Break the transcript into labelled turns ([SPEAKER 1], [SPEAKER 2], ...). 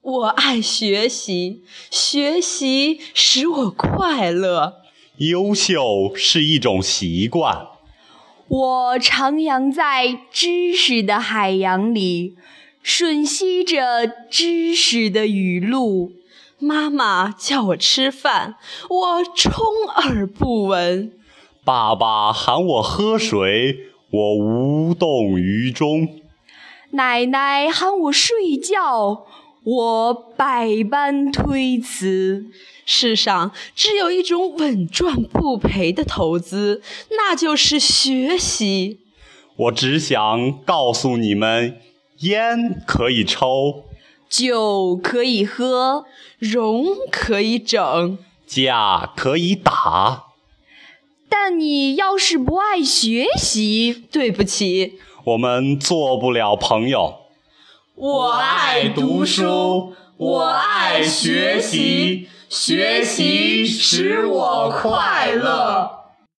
[SPEAKER 1] 我爱学习，学习使我快乐。
[SPEAKER 2] 优秀是一种习惯，
[SPEAKER 3] 我徜徉在知识的海洋里，吮吸着知识的雨露。
[SPEAKER 1] 妈妈叫我吃饭，我充耳不闻。
[SPEAKER 2] 爸爸喊我喝水，我无动于衷。
[SPEAKER 3] 奶奶喊我睡觉，我百般推辞。
[SPEAKER 1] 世上只有一种稳赚不赔的投资，那就是学习。
[SPEAKER 2] 我只想告诉你们，烟可以抽，
[SPEAKER 3] 酒可以喝，
[SPEAKER 1] 容可以整，
[SPEAKER 2] 架可以打。
[SPEAKER 3] 但你要是不爱学习，
[SPEAKER 1] 对不起，
[SPEAKER 2] 我们做不了朋友。
[SPEAKER 4] 我爱读书，我爱学习，学习使我快乐。